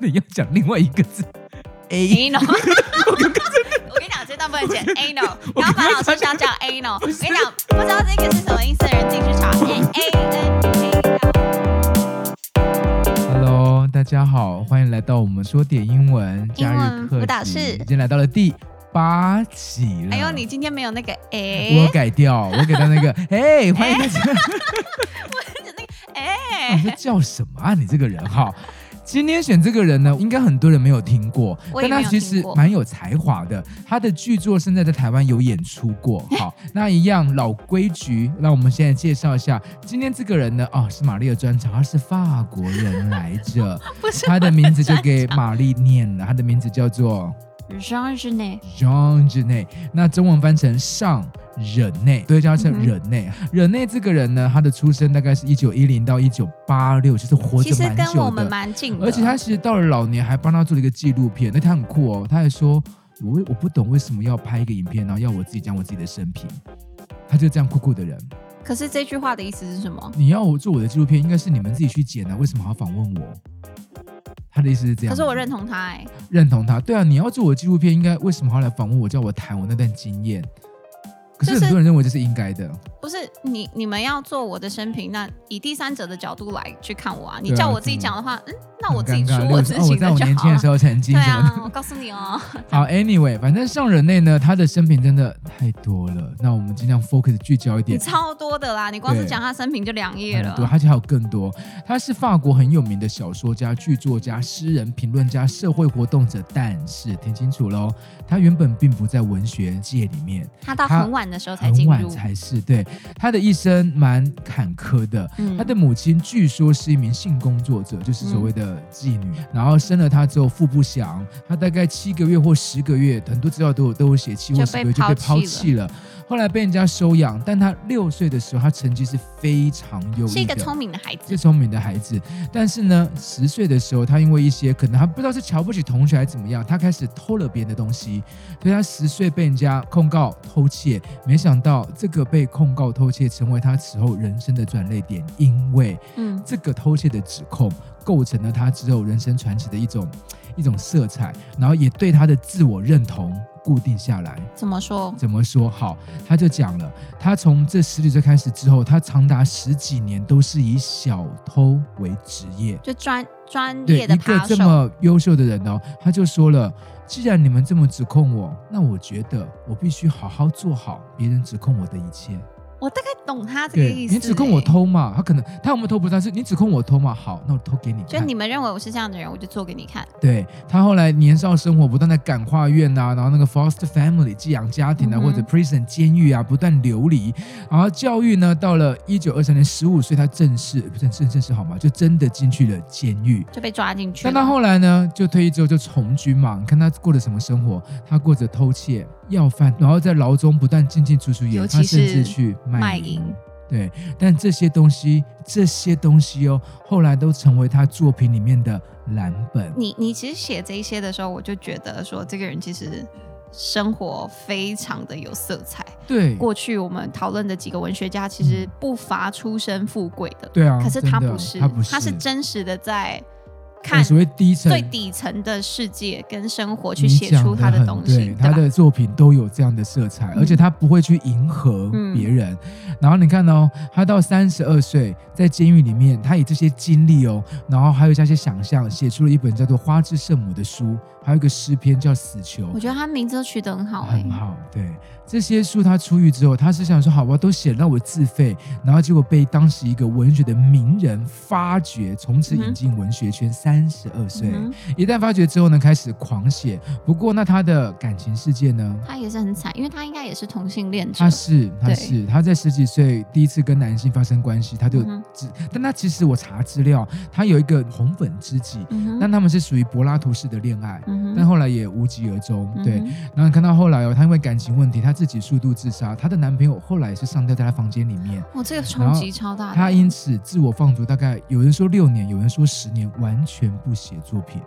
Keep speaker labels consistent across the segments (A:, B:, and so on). A: 的要讲另外一个字 A，
B: anal。我跟你讲，这段不能剪 anal。
A: 我
B: 然后
A: 刚
B: 樊老师想讲 anal，我跟你讲，不知道这个是什么意思的人，自己去查。A A N A。
A: Hello，大家好，欢迎来到我们说点英文假日
B: 英文
A: 课
B: 辅导
A: 集
B: 室
A: 已经来到了第八集了。
B: 哎呦，你今天没有那个
A: 我
B: 哎，
A: 改掉，我改掉那 个，哎，欢迎大家。
B: 那个
A: 你说
B: 哎，
A: 叫什么啊？你这个人哈。今天选这个人呢，应该很多人没有听过，
B: 我也
A: 但他
B: 没有
A: 其
B: 听
A: 实
B: 过
A: 蛮有才华的。他的剧作现在在台湾有演出过。 好，那一样老规矩，那我们现在介绍一下今天这个人呢，哦，是玛丽的专场，他是法国人来着，
B: 不是
A: 他的名字就给
B: 专
A: 玛丽念了，他的名字叫做
B: Jean Genet。
A: Jean g e n e 那中文翻成上忍内，对，叫成
B: 嗯哼
A: 忍内。忍内这个人呢，他的出生大概是一九一零到一九八六，就是活
B: 其
A: 着
B: 实
A: 蛮
B: 跟我
A: 久
B: 们
A: 的。
B: 蛮近的，
A: 而且他其实到了老年，还帮他做了一个纪录片，那他很酷哦。他还说：“我为我不懂为什么要拍一个影片，然后要我自己讲我自己的生平。”他就这样酷酷的人。
B: 可是这句话的意思是什么？
A: 你要我做我的纪录片，应该是你们自己去剪啊，为什么还要访问我？他的意思是这样。
B: 可是我认同他哎、
A: 认同他。对啊，你要做我纪录片，应该为什么还要来访问我，叫我谈我那段经验？可是
B: 就是
A: 很多人认为这是应该的，
B: 不是你你们要做我的生平，那以第三者的角度来去看我啊。你
A: 对啊
B: 叫我自己讲的话，嗯，那我
A: 很
B: 自己
A: 尴
B: 说
A: 尬
B: 我
A: 例如
B: 自
A: 说哦
B: 己
A: 我在
B: 的
A: 我
B: 就
A: 年
B: 好
A: 轻的
B: 了
A: 时。候曾经
B: 对
A: 什么的。
B: 啊，我告诉你哦，
A: 好，anyway，反正上人类呢，他的生平真的太多了，那我们尽量 focus 聚焦一
B: 你
A: 点。嗯啊
B: 超多的啦，你光是
A: 对
B: 讲他生平就两页
A: 很
B: 了
A: 多，。而且还有更多。他是法国很有名的小说家、剧作家、诗人、评论家、社会活动者，但是听清楚喽，他原本并不在文学界里面，
B: 他到
A: 他
B: 很晚的时候才
A: 很
B: 进
A: 晚
B: 入，
A: 才是。对，他的一生蛮坎坷的，
B: 嗯
A: 他的母亲据说是一名性工作者，就是所谓
B: 嗯
A: 的妓女。然后生了他之后腹不详，他大概七个月或十个月，很多资料都有都有写，七或
B: 就
A: 十
B: 被
A: 个月就被
B: 抛
A: 抛
B: 弃
A: 弃了。后来被人家收养，但他六岁的时候，他成绩是非常优异的，
B: 是一个聪明的孩子
A: 是。聪明的孩子。但是呢，十岁的时候，他因为一些可能他不知道是瞧不起同学还是怎么样，他开始偷了别人的东西，所以他十岁被人家控告偷窃。没想到这个被控告偷窃成为他此后人生的转捩点，因为
B: 嗯，
A: 这个偷窃的指控构成了他之后人生传奇的一种一种色彩，然后也对他的自我认同固定下来。
B: 怎么说？
A: 怎么说好？他就讲了，他从这十几岁开始之后，他长达十几年都是以小偷为职业。
B: 就专专
A: 对
B: 业的
A: 一个
B: 扒
A: 这
B: 手，
A: 么优秀的人哦，他就说了，既然你们这么指控我，那我觉得我必须好好做好别人指控我的一切。
B: 我大概懂他这个
A: 对，
B: 意思。欸
A: 你指控我，偷嘛？他可能他有没有偷不知道，是你指控我偷嘛？好，那我偷给你
B: 就
A: 看。
B: 你们认为我是这样的人，我就做给你看。
A: 对他后来年少生活不断的感化院啊，然后那个 foster family 寄养家庭啊，
B: 嗯哼
A: 或者 prison 监狱啊，不断流离。然后教育呢，到了一九二三年十五岁，他正式不正正正式好吗？就真的进去了监狱。
B: 就被抓进去
A: 但他
B: 了。
A: 后来呢，就退役之后就从军嘛。你看他过着什么生活？他过着偷窃、要饭，然后在牢中不断进进出出也，
B: 尤
A: 他
B: 其
A: 甚
B: 是
A: 至去卖
B: 卖
A: 淫
B: 淫。
A: 对，但这些东西，这些东西哦，后来都成为他作品里面的蓝本。
B: 你你其实写这一些的时候，我就觉得说，这个人其实生活非常的有色彩。
A: 对，嗯
B: 过去我们讨论的几个文学家，其实不乏出身富贵的，
A: 对啊，
B: 可是他
A: 真的
B: 不是，
A: 他不是，
B: 真实的在
A: 呃
B: 看
A: 所谓低层
B: 最底层的世界跟生活去
A: 你
B: 写
A: 讲
B: 出
A: 得
B: 他的
A: 很
B: 东
A: 对
B: 西，
A: 他
B: 吧？嗯
A: 的作品都有这样的色彩，而且他不会去迎合别人。然后你看哦，他到三十二岁在监狱里面，他以这些经历哦，然后还有这些想象，写出了一本叫做《花之圣母》的书，还有一个诗篇叫《死囚
B: 我》。觉得他名字都取得很好、哎
A: 很，好，对这些书，他出狱之后，他是想说，好吧，都写了，让我自费，然后结果被当时一个文学的名人发掘，从此
B: 嗯哼
A: 引进文学圈，三十二岁，
B: 嗯哼
A: 一旦发觉之后呢，开始狂写。不过，那他的感情世界呢？
B: 他也是很惨，因为他应该也是同性恋者
A: 他。是，他
B: 对
A: 是，他在十几岁第一次跟男性发生关系，他就
B: 嗯哼
A: 知，但他其实我查资料，他有一个红粉知己，
B: 嗯
A: 但
B: 哼，
A: 他们是属于柏拉图式的恋爱，
B: 嗯哼
A: 但后来也无疾而终。对，
B: 嗯哼
A: 然后你看到后来哦，她因为感情问题，她自己速度自杀，她的男朋友后来也是上吊在她房间里面。
B: 哇，这个冲击超大的。
A: 她因此自我放逐，大概有人说六年，有人说十年，完全不写作品，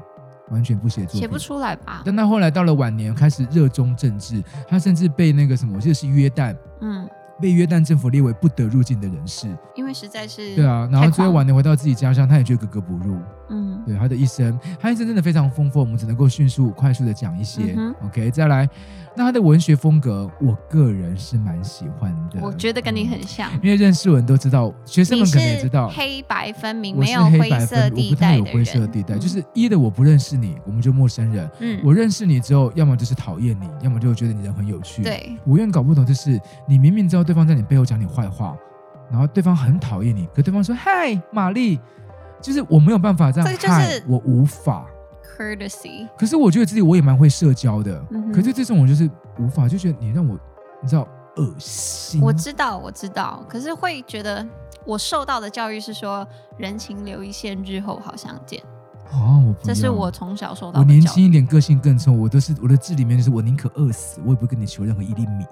A: 完全不写作品，
B: 写不出来吧？
A: 但他后来到了晚年，开始热衷政治，他甚至被那个什么，我记得是约旦
B: 嗯，
A: 被约旦政府列为不得入境的人士。
B: 因为实在是
A: 对啊，然后
B: 太
A: 最后
B: 狂
A: 晚年回到自己家乡，他也觉得格格不入。
B: 嗯，
A: 对他的一生，他一生真的非常丰富，我们只能够迅速、快速的讲一些。
B: 嗯
A: OK，再来，那他的文学风格，我个人是蛮喜欢的。嗯
B: 我觉得跟你很像，
A: 因为认识我人都知道，学生
B: 你
A: 们
B: 是
A: 可能也知道，
B: 黑白分明，
A: 我
B: 没
A: 是
B: 有
A: 黑
B: 灰
A: 白
B: 色
A: 分明，我
B: 地
A: 不太
B: 带
A: 有
B: 的
A: 灰
B: 人，
A: 色地带，就是一的我不认识你，我们就陌生人；
B: 嗯，
A: 我认识你之后，要么就是讨厌你，要么就觉得你人很有趣。，
B: 对，
A: 我永远搞不懂，就是你明明知道对方在你背后讲你坏话，然后对方很讨厌你，可对方说“嗨，玛丽”，就是我没有办法这样，
B: 这个就是
A: 嗨，我无法。
B: courtesy，
A: 可是我觉得自己我也蛮会社交的，
B: 嗯哼
A: 可是这种我就是无法，就觉得你让我，你知道恶心。
B: 我知道，我知道，可是会觉得我受到的教育是说人情留一线，日后好相见，
A: 哦，我不
B: 这是
A: 要
B: 我从小受到
A: 我
B: 的
A: 年
B: 教
A: 轻
B: 育。
A: 一点，个性更冲，我都是我的字里面就是我宁可饿死，我也不会跟你求任何一粒米。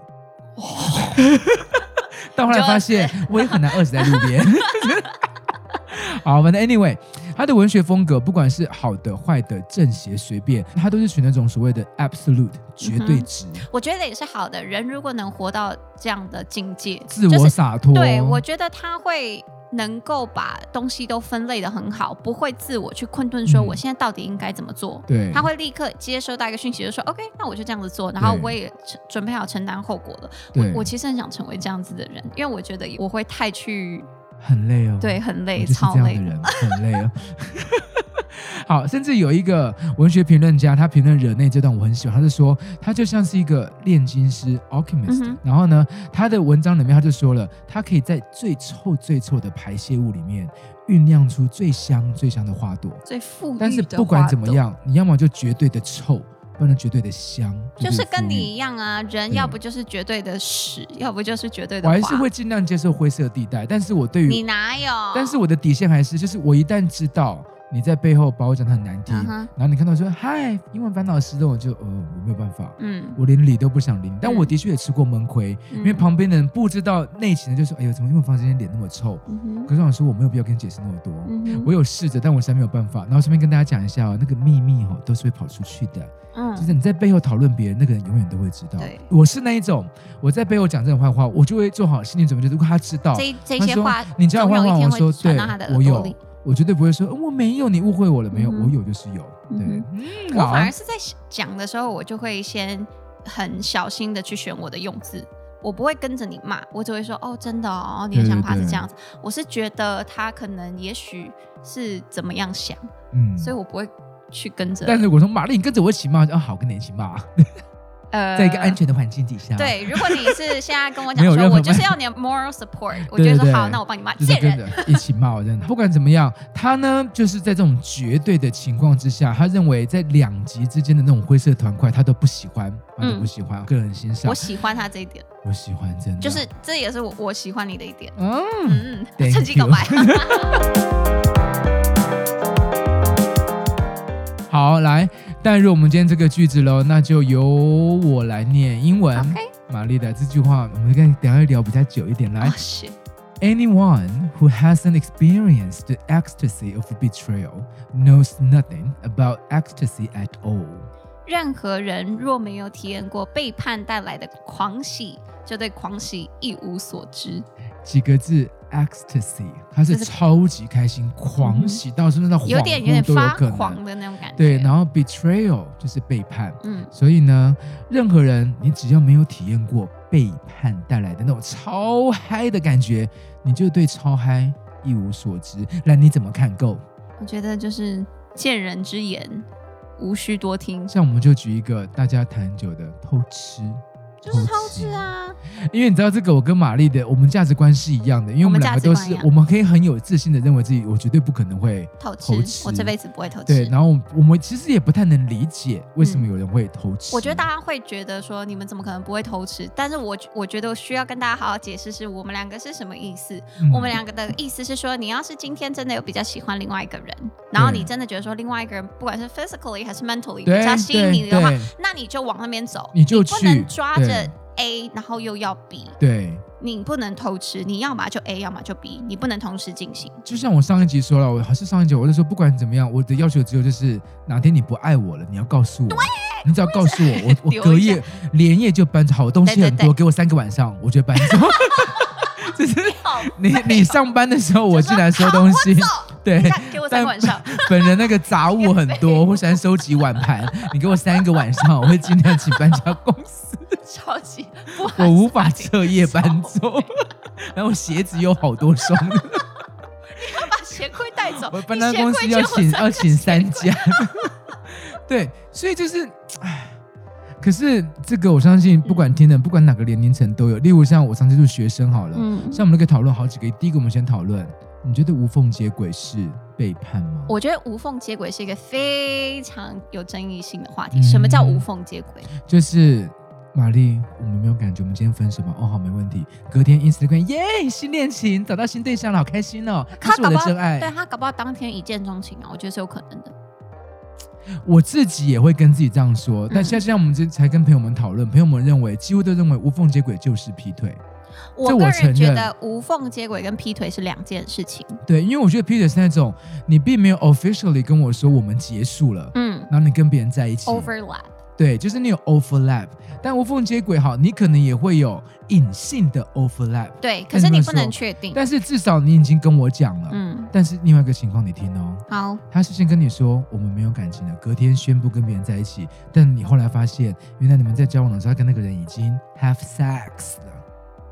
A: 但后来发现我也很难饿死在路边。 好，反正 anyway，他的文学风格不管是好的、坏的、正邪随便，他都是取那种所谓的 absolute 绝对值、
B: 我觉得也是好的，人如果能活到这样的境界，
A: 自
B: 就
A: 我
B: 是
A: 洒脱。
B: 对，我觉得他会能够把东西都分类的很好，不会自我去困顿，说
A: 嗯
B: 我现在到底应该怎么做。
A: 对
B: 他会立刻接收到一个讯息，就说 OK，那我就这样子做，然后
A: 对
B: 我也承准备好承担后果了。
A: 对
B: 我其实很想成为这样子的人，因为我觉得我会太去
A: 很累哦。
B: 对，很累，
A: 我就是
B: 超
A: 这样的
B: 累。啊
A: 人，很累哦。 好，甚至有一个文学评论家，他评论惹内这段我很喜欢，他就说他就像是一个炼金师 alchemist，、
B: 嗯哼
A: 然后呢，他的文章里面他就说了，他可以在最臭最臭的排泄物里面酝酿出最香最香的花朵，
B: 最富裕的
A: 但是不管怎么
B: 花朵，
A: 样，你要么就绝对的臭，不然就绝对的香，绝
B: 就
A: 对
B: 是
A: 的
B: 跟
A: 馥
B: 你
A: 郁
B: 一样啊，人
A: 对
B: 要不就是绝对的屎，要不就是绝对的
A: 我
B: 花。
A: 还是会尽量接受灰色地带，但是我对于
B: 你哪有？
A: 但是我的底线还是，就是我一旦知道你在背后把我讲的很难听
B: 嗯哼
A: 然后你看到说“嗨，英文烦恼师”这种，就呃，我没有办法，
B: 嗯，
A: 我连理都不想理你。但
B: 嗯
A: 我的确也吃过闷亏，因为
B: 嗯
A: 旁边的人不知道内情的，就说：“哎呦，怎么英文房间脸那么臭
B: 嗯？”哼
A: 可是我想说，我没有必要跟你解释那么多。
B: 嗯哼
A: 我有试着，但我实在没有办法。然后顺便跟大家讲一下哦，那个秘密哦，都是会跑出去的。就
B: 嗯
A: 是你在背后讨论别人，那个人永远都会知道
B: 对。
A: 我是那一种，我在背后讲这种坏话，我就会做好心理准备，就是如果他知道，
B: 这这
A: 他
B: 些
A: 说
B: 话，
A: 你这样换
B: 总有
A: 换，
B: 一
A: 我
B: 天
A: 说
B: 会
A: 对
B: 传到他的，
A: 我
B: 耳朵
A: 有
B: 里。，
A: 我绝对不会说、呃我没有，你误会我了，没有，
B: 嗯哼
A: 我有就是有，对
B: 嗯，
A: 嗯，
B: 我
A: 好
B: 反而是在讲的时候，我就会先很小心的去选我的用字，我不会跟着你骂，我只会说哦，真的哦，你的
A: 对
B: 想法
A: 对
B: 是
A: 对
B: 这样子。我是觉得他可能也许是怎么样想，
A: 嗯
B: 所以我不会去跟着。
A: 但是我说玛丽，你跟着我一起骂，啊，好，我跟你一起骂，
B: 呃
A: 在一个安。全的环境底下，，
B: 对，如果你是现在跟我
A: 没
B: 讲
A: 有任
B: 说，
A: 何
B: 我就是
A: 问
B: 要你的 moral support，我
A: 对对
B: 就会说
A: 对
B: 好，那我帮你骂
A: 就是
B: 贱
A: 跟
B: 人。
A: 着一起骂，真的。 不管怎么样，他呢，就是在这种绝对的情况之下，他认为在两极之间的那种灰色团块，他都不喜欢，他都不喜欢，个人欣赏
B: 嗯我，喜欢他这一点，
A: 我喜欢，真的，
B: 就是这也是我我喜欢你的一点。
A: 嗯。
B: 嗯嗯，
A: Thank
B: 趁机告 白。
A: 好，来带入我们今天这个句子喽，那就由我来念英文。
B: OK
A: 玛丽的这句话，我们跟等一下聊比较久一点。来、
B: 哦，是
A: Anyone who hasn't experienced the ecstasy of betrayal knows nothing about ecstasy at all。
B: 任何人若没有体验过背叛带来的狂喜，就对狂喜一无所知。
A: 几个字，ecstasy，它是
B: 就是
A: 超级开心、狂喜到甚至到
B: 有
A: 恍
B: 点有点
A: 惚都有
B: 发
A: 可
B: 狂
A: 能。
B: 的那种感觉。
A: 对，然后 betrayal 就是背叛。
B: 嗯，
A: 所以呢，任何人你只要没有体验过背叛带来的那种超嗨的感觉，你就对超嗨一无所知。那你怎么看够？
B: 我觉得就是见人之言，无需多听，
A: 像我们就举一个大家谈很久的偷吃，
B: 就是偷吃。啊。
A: 因为你知道这个，我跟玛丽的我们价值观是一样的，因为我
B: 我
A: 们
B: 们
A: 两个
B: 价值
A: 都
B: 观
A: 是
B: 一，样
A: 我们可以很有自信的认为自己，我绝对不可能会。
B: 偷
A: 偷
B: 吃，
A: 吃
B: 我这辈子不会偷
A: 对，
B: 吃。嗯
A: 然后我们我们其实也不太能理解为什么有人会偷吃。
B: 我觉得大家会觉得说你们怎么可能不会偷吃？但是我我觉得需要跟大家好好解释，是我们两个是什么意思。
A: 嗯
B: 我们两个的意思是说，你要是今天真的有比较喜欢另外一个人，然后
A: 对
B: 你真的觉得说另外一个人不管是 physically 还是 mentally
A: 对
B: 比较吸引你的话
A: 对对，
B: 那你就往那边走，
A: 你就
B: 不
A: 去
B: 能抓
A: 对
B: 着 A，然后又要 B，
A: 对，
B: 你不能偷吃，你要么就 A，要么就 B，你不能同时进行。
A: 就像我上一集说了，我还是上一集，我就说不管怎么样，我的要求只有就是哪天你不爱我了，你要告诉我。你只要告诉 我，我我
B: 丢一下
A: 隔夜连夜就搬走，好东西
B: 对对
A: 很
B: 对
A: 多，给我三个晚上，我就搬走。 就是
B: 好
A: 你你上班的时候，我
B: 就说
A: 进来收东西
B: 好， 我走
A: 对
B: 你，看给我三个晚上，
A: 本人那个杂物很多，我喜欢收集碗盘。你给我三个晚上，我会尽量请搬家公 司。
B: 超级不
A: 我
B: 好，
A: 无法彻夜搬走， 然后我鞋子有好多双，
B: 要把鞋柜带走。
A: 我搬家
B: 哦你鞋
A: 公
B: 柜
A: 司
B: 借
A: 要
B: 我
A: 请
B: 三
A: 要
B: 个
A: 请三
B: 鞋柜
A: 家。 对，所以就是，唉。可是这个我相信，不管天冷，不管哪个年龄层都有。例如像我上次就是学生好了，
B: 嗯，
A: 像我们都可以讨论好几个。第一个，我们先讨论，你觉得无缝接轨是背叛吗？
B: 我觉得无缝接轨是一个非常有争议性的话题。
A: 嗯
B: 什么叫无缝接轨？
A: 就是玛丽，我们没有感觉，我们今天分手吧。哦，好，没问题。隔天 Instagram，耶，新恋情，找到新对象了，好开心哦，他是我
B: 搞
A: 的
B: 不好，
A: 真爱。
B: 对他搞不好当天一见钟情啊，我觉得是有可能的。
A: 我自己也会跟自己这样说，但
B: 嗯
A: 现在像我们这才跟朋友们讨论，朋友们认为几乎都认为无缝接轨就是劈腿。
B: 我
A: 这我
B: 个
A: 承认
B: 人觉得无缝接轨跟劈腿是两件事情。
A: 对，因为我觉得劈腿是那种你并没有 officially 跟我说我们结束了，
B: 嗯
A: 然后你跟别人在一起。
B: ，overlap。
A: 对，就是你有 overlap，但无缝接轨好，你可能也会有隐性的 overlap，
B: 对，可
A: 但是
B: 是你
A: 那
B: 不
A: 时候
B: 能确定。
A: 但是至少你已经跟我讲了。
B: 嗯，
A: 但是另外一个情况你听哦，
B: 好，
A: 他是先跟你说我们没有感情了，隔天宣布跟别人在一起，但你后来发现，原来你们在交往的时候，他跟那个人已经 have sex 了，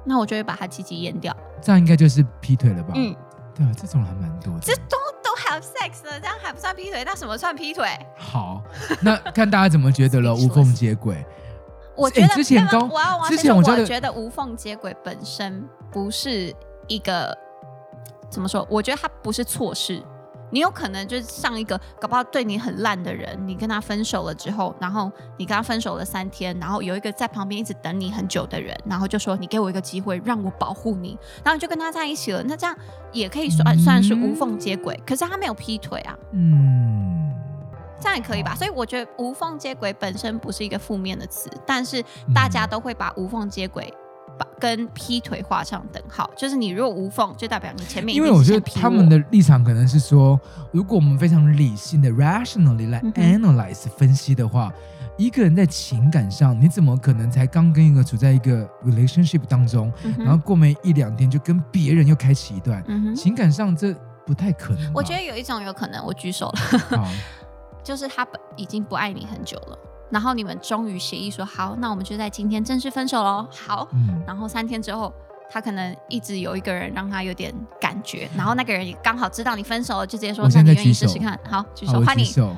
B: 那我就会把他鸡鸡淹掉。
A: 这样应该就是劈腿了吧？
B: 嗯，
A: 对啊，这种还蛮多的。
B: 这都都 have sex 了，这样还不算劈腿，那什么算劈腿？
A: 好，那看大家怎么觉得了， 无缝接轨。
B: 我觉得、
A: 之前刚
B: 我要我要
A: 之
B: 先
A: 前
B: 说
A: 我
B: 我
A: 觉得
B: 觉得无缝接轨本身不是一个怎么说？我觉得它不是错事。你有可能就是上一个搞不好对你很烂的人，你跟他分手了之后，然后你跟他分手了三天，然后有一个在旁边一直等你很久的人，然后就说你给我一个机会让我保护你，然后你就跟他在一起了。那这样也可以算
A: 嗯
B: 算是无缝接轨，可是他没有劈腿啊，
A: 嗯，
B: 这样也可以吧？所以我觉得无缝接轨本身不是一个负面的词，但是
A: 嗯
B: 大家都会把无缝接轨把跟劈腿画上等号，就是你如果无缝，就代表你前面一
A: 因为
B: 定
A: 我
B: 是
A: 觉得
B: 先劈
A: 他们的立场可能是说，如果我们非常理性的 rationally 来
B: 嗯哼
A: analyze 分析的话，一个人在情感上，你怎么可能才刚跟一个处在一个 relationship 当中，
B: 我，嗯哼
A: 然后过没一两天就跟别人又开启一段，
B: 嗯哼，
A: 情感上这不太可能吧。
B: 我觉得有一种有可能，我举手了，
A: 好，
B: 就是他本已经不爱你很久了，然后你们终于协议说好，那我们就在今天正式分手喽，好，
A: 嗯，
B: 然后三天之后。他可能一直有一个人让他有点感觉，然后那个人也刚好知道你分手了，就直接说
A: 我：“
B: 那
A: 现
B: 你
A: 在
B: 愿意
A: 举
B: 试
A: 手
B: 试看？”好，举
A: 好
B: 手，
A: 我
B: 换
A: 举
B: 你。
A: 手。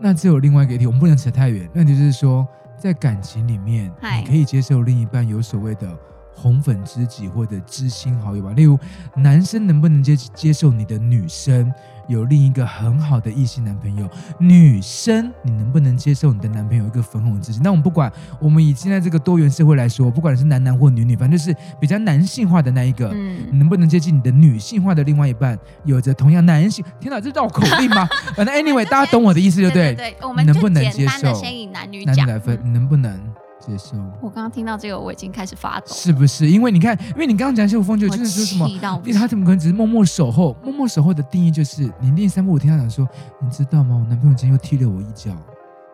A: 那这有另外一个议题，我们不能扯太远。那就是说，在感情里面，
B: 嗨
A: 你可以接受另一半有所谓的红粉知己或者知心好友吧。例如，男生能不能接接受你的女生有另一个很好的异性男朋友？女生你能不能接受你的男朋友有一个粉红知己？那我们不管，我们以现在这个多元社会来说，不管是男男或女女，反正就是比较男性化的那一个，
B: 嗯
A: 你，能不能接近你的女性化的另外一半，有着同样男性？天哪，这绕口令 吗？反正 anyway，大家懂我的意思就
B: 对
A: 对。
B: 对，我们
A: 能
B: 就
A: 不能
B: 简
A: 接
B: 单的
A: 受
B: 先以男女
A: 男
B: 讲
A: 女来分，
B: 嗯
A: 你能不能接受？
B: 我刚刚听到这个，我已经开始发抖，
A: 是不是？因为你看，因为你刚刚讲谢无风就
B: 我
A: 就是说什么，
B: 气到不
A: 因为他
B: 行。
A: 怎么可能只是默默守候？默默守候的定义就是，你一定三不五听他讲说，你知道吗？我男朋友今天又踢了我一脚，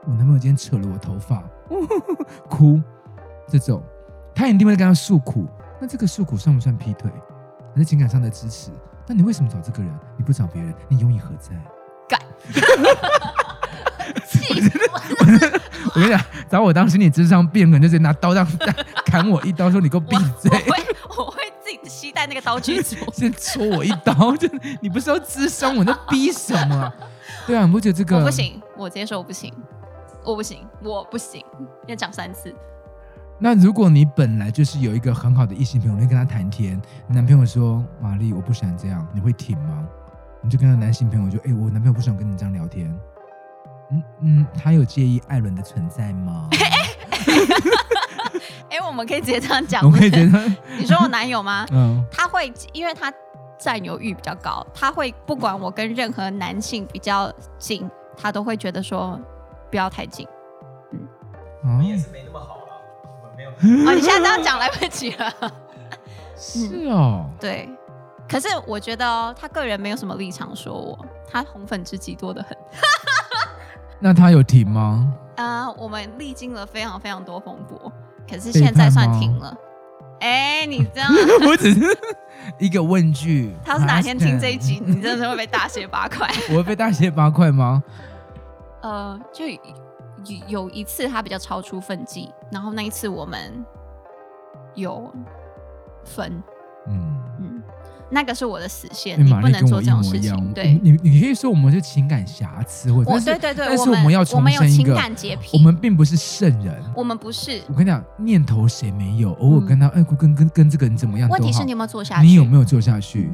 A: 我男朋友今天扯了我头发， 哭，这种，他一定会跟他诉苦。那这个诉苦算不算劈腿？还是情感上的支持？那你为什么找这个人？你不找别人，你用意何在？
B: 气死
A: 我跟你讲，找我当心理智商病，可能就直接拿刀这样 砍我一刀，说你给我闭
B: 我
A: 嘴
B: 我，会我会自己携带那个刀 去做。
A: 先戳我一刀。 就你不是要智商，我在逼什么啊、对啊，你不觉得这个
B: 我不行，我直接说我不行，我不行，我不行，要讲三次。
A: 那如果你本来就是有一个很好的异性朋友，你跟他谈天，你男朋友说：“玛丽，我不想这样，你会挺吗？”你就跟他男性朋友就：“哎、我男朋友不想跟你这样聊天。”嗯嗯，他有介意艾伦的存在 吗？
B: 哎，我们可以直接这样哎讲。
A: 我可以觉 得，
B: 你说我男友吗？
A: 嗯，
B: 他会，因为他占有欲比较高，他会不管我跟任何男性比较近，他都会觉得说不要太近。
A: 啊
C: 我们，也是没那么好了，我们没有。
B: 哦，你现在这样讲来不及了。
A: 是哦，
B: 对，可是我觉得哦，他个人没有什么立场说我，他红粉知己多得很。
A: 那他有挺吗？
B: 呃，我们历经了非常非常多风波，可是
A: 背
B: 现在
A: 叛
B: 算
A: 吗
B: 停了。哎、你这 样，
A: 我只是一个问句。
B: 他是哪天听这一
A: Ask
B: 集，你真的是会被大卸八块。
A: them？我会被大卸八块吗？
B: 呃，就有有一次他比较超出分际，然后那一次我们有分，
A: 嗯，
B: 嗯，那个是我的死线，
A: 因为
B: 你
A: 哎玛
B: 不
A: 丽
B: 能
A: 跟
B: 做
A: 我
B: 这
A: 一
B: 种
A: 模
B: 事
A: 一样。
B: 情。
A: 我
B: 对，
A: 你你可以说我们是情感瑕疵，或者
B: 我
A: 但是
B: 对对对，
A: 但是
B: 我
A: 我们要
B: 我
A: 重
B: 们有
A: 申一
B: 情
A: 个，
B: 感洁癖，
A: 我们并不是圣人。
B: 我们不是。
A: 我跟你讲，念头谁没有？偶尔
B: 嗯
A: 跟他，哎、跟跟跟这个人怎么样都好？
B: 问题是你有没有做下去？
A: 你有没有做下去？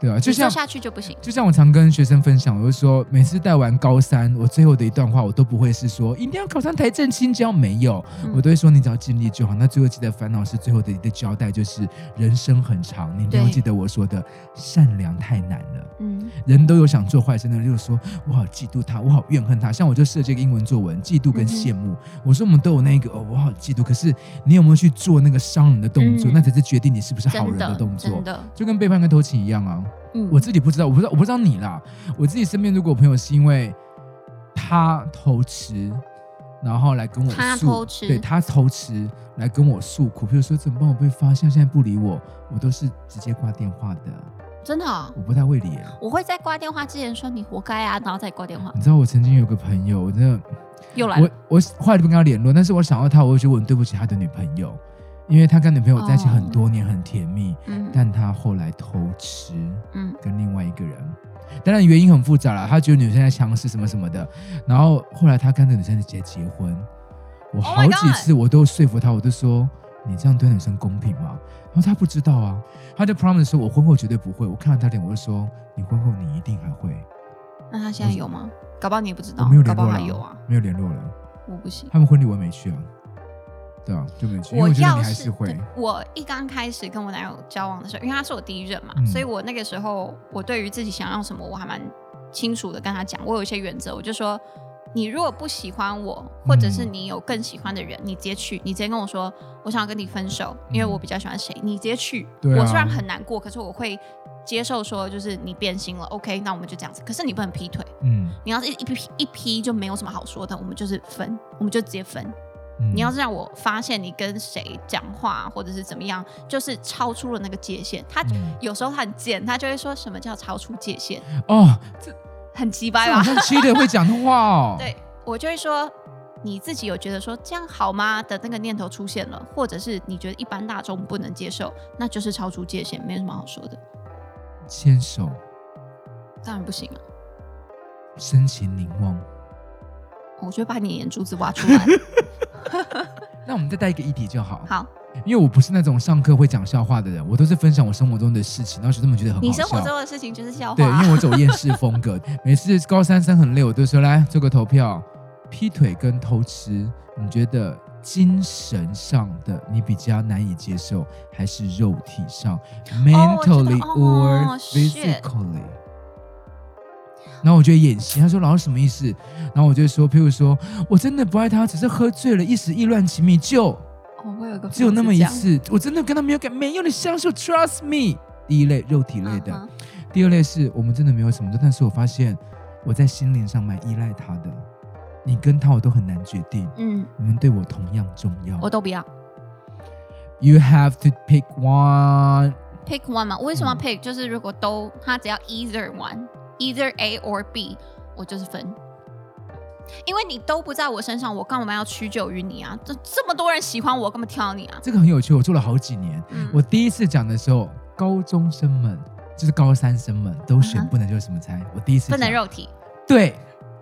A: 对啊，就
B: 你做
A: 像
B: 下去就不行。
A: 就像我常跟学生分享，我就说，每次带完高三，我最后的一段话，我都不会是说一定要考上台政清交，没有，
B: 嗯
A: 我都会说你只要尽力就好。那最后记得烦恼是最后的一个交代，就是人生很长，你一定要
B: 对
A: 记得我说的善良太难了。
B: 嗯
A: 人都有想做坏事的，就是说我好嫉妒他，我好怨恨他。像我就设计一个英文作文，嫉妒跟羡慕。
B: 嗯
A: 我说我们都有那个哦，我好嫉妒。可是你有没有去做那个伤人的动作？
B: 嗯
A: 那才是决定你是不是好
B: 真
A: 人的
B: 的
A: 动作
B: 真。的，
A: 就跟背叛跟偷情一样啊！
B: 嗯，
A: 我自己不知道，我不知道，我不知道你啦。我自己身边如果有朋友是因为他偷吃，然后来跟我
B: 他
A: 诉
B: 偷吃
A: 对他偷吃来跟我诉苦，比如说怎么办？我被发现，现在不理我，我都是直接挂电话的，
B: 真的哦、
A: 我不太会理耶、
B: 我会在挂电话之前说你活该啊，然后再挂电话，
A: 你知道我曾经有个朋友，我真的，
B: 又来
A: 我
B: 了。
A: 我后来就不跟他联络，但是我想到他，我就觉得我很对不起他的女朋友，因为他跟女朋友在一起很多
B: 哦
A: 年，很甜蜜，
B: 嗯
A: 但他后来偷吃
B: 嗯
A: 跟另外一个人，当然原因很复杂啦，他觉得女生在强势什么什么的，然后后来他跟这个女生直接结婚，我
B: Oh
A: 好
B: my
A: 几
B: God
A: 次我都说服他，我就说。你这样对女生公平吗？然后他不知道啊，他就 promise 说，我婚后绝对不会。我看到他脸，我就说，你婚后你一定还会。
B: 那他现在有吗？搞不好你也不知
A: 嗯我
B: 道
A: 没有，
B: 搞
A: 联
B: 不
A: 络
B: 好
A: 了，
B: 还有啊，
A: 没有联络了。
B: 我不行。
A: 他们婚礼我也没去啊，对啊，就没去，因为我觉得你
B: 要
A: 还是会
B: 对，我一刚开始跟我男友交往的时候，因为他是我第一任嘛，
A: 嗯
B: 所以我那个时候我对于自己想要什么我还蛮清楚的跟他讲，我有一些原则，我就说你如果不喜欢我，或者
A: 嗯
B: 是你有更喜欢的人，你直接去，你直接跟我说我想要跟你分手，因为我比较喜欢谁，你直接去。
A: 嗯对啊
B: 我虽然很难过，可是我会接受说就是你变心了，OK，那我们就这样子。可是你不能劈腿，
A: 嗯
B: 你要是一一批一批就没有什么好说的，我们就是分，我们就直接分。
A: 嗯，
B: 你要是让我发现你跟谁讲话啊或者是怎么样，就是超出了那个界限。他
A: 嗯
B: 有时候很贱，他就会说什么叫超出界限，
A: 哦， 这
B: 很鸡
A: 这
B: 掰
A: 好
B: 吧？
A: 像七的会讲的话哦，
B: 哎 对我就会说，你自己有觉得说这样好吗的那个念头出现了，或者是你觉得一般大众不能接受，那就是超出界限，没有什么好说的。
A: 牵手、
B: 当然不行啊，
A: 深情凝望。
B: 我就会把你的眼珠子 挖出来。
A: 那我们再带一个议题就好，
B: 好，
A: 因为我不是那种上课会讲笑话的人，我都是分享我生活中的事情，让学生们觉得很好笑。
B: 你生活中的事情就是笑话
A: 对，因
B: 啊、
A: 为我走厌世风 格，每次高三生很累，我都说来做个投票，劈腿跟偷吃，你觉得精神上的你比较难以接受，还是肉体上、m e n t a l l y
B: 哦
A: or
B: ，shit
A: physically？然后我就演戏，他说老师什么意思？然后我就说，譬如说我真的不爱他，只是喝醉了，一时意乱情迷，就
B: 哦我有个
A: 只有那么
B: 朋
A: 一
B: 友是
A: 次，我真的跟他没有感，没有你相信我，trust me。第一类肉体
B: 这
A: 类
B: 样
A: 的，
B: 嗯哼
A: 第二类是我们真的没有什么的，但是我发现我在心灵上蛮依赖他的。你跟他我都很难决定，
B: 嗯，
A: 你们对我同样重要。
B: 我都不要。
A: You have to pick one。
B: pick one 嘛？为什么要
A: 嗯
B: pick？、就是如果都他只要 either one either A or B，我就是分。因为你都不在我身上，我干嘛要屈就于你啊？这这么多人喜欢我，我干嘛挑你啊？
A: 这个很有趣，我做了好几年。
B: 嗯，
A: 我第一次讲的时候，高中生们就是高三生们都选
B: 嗯哼
A: 不能就是什么猜。我第一次
B: 不能
A: 讲
B: 肉体，
A: 对，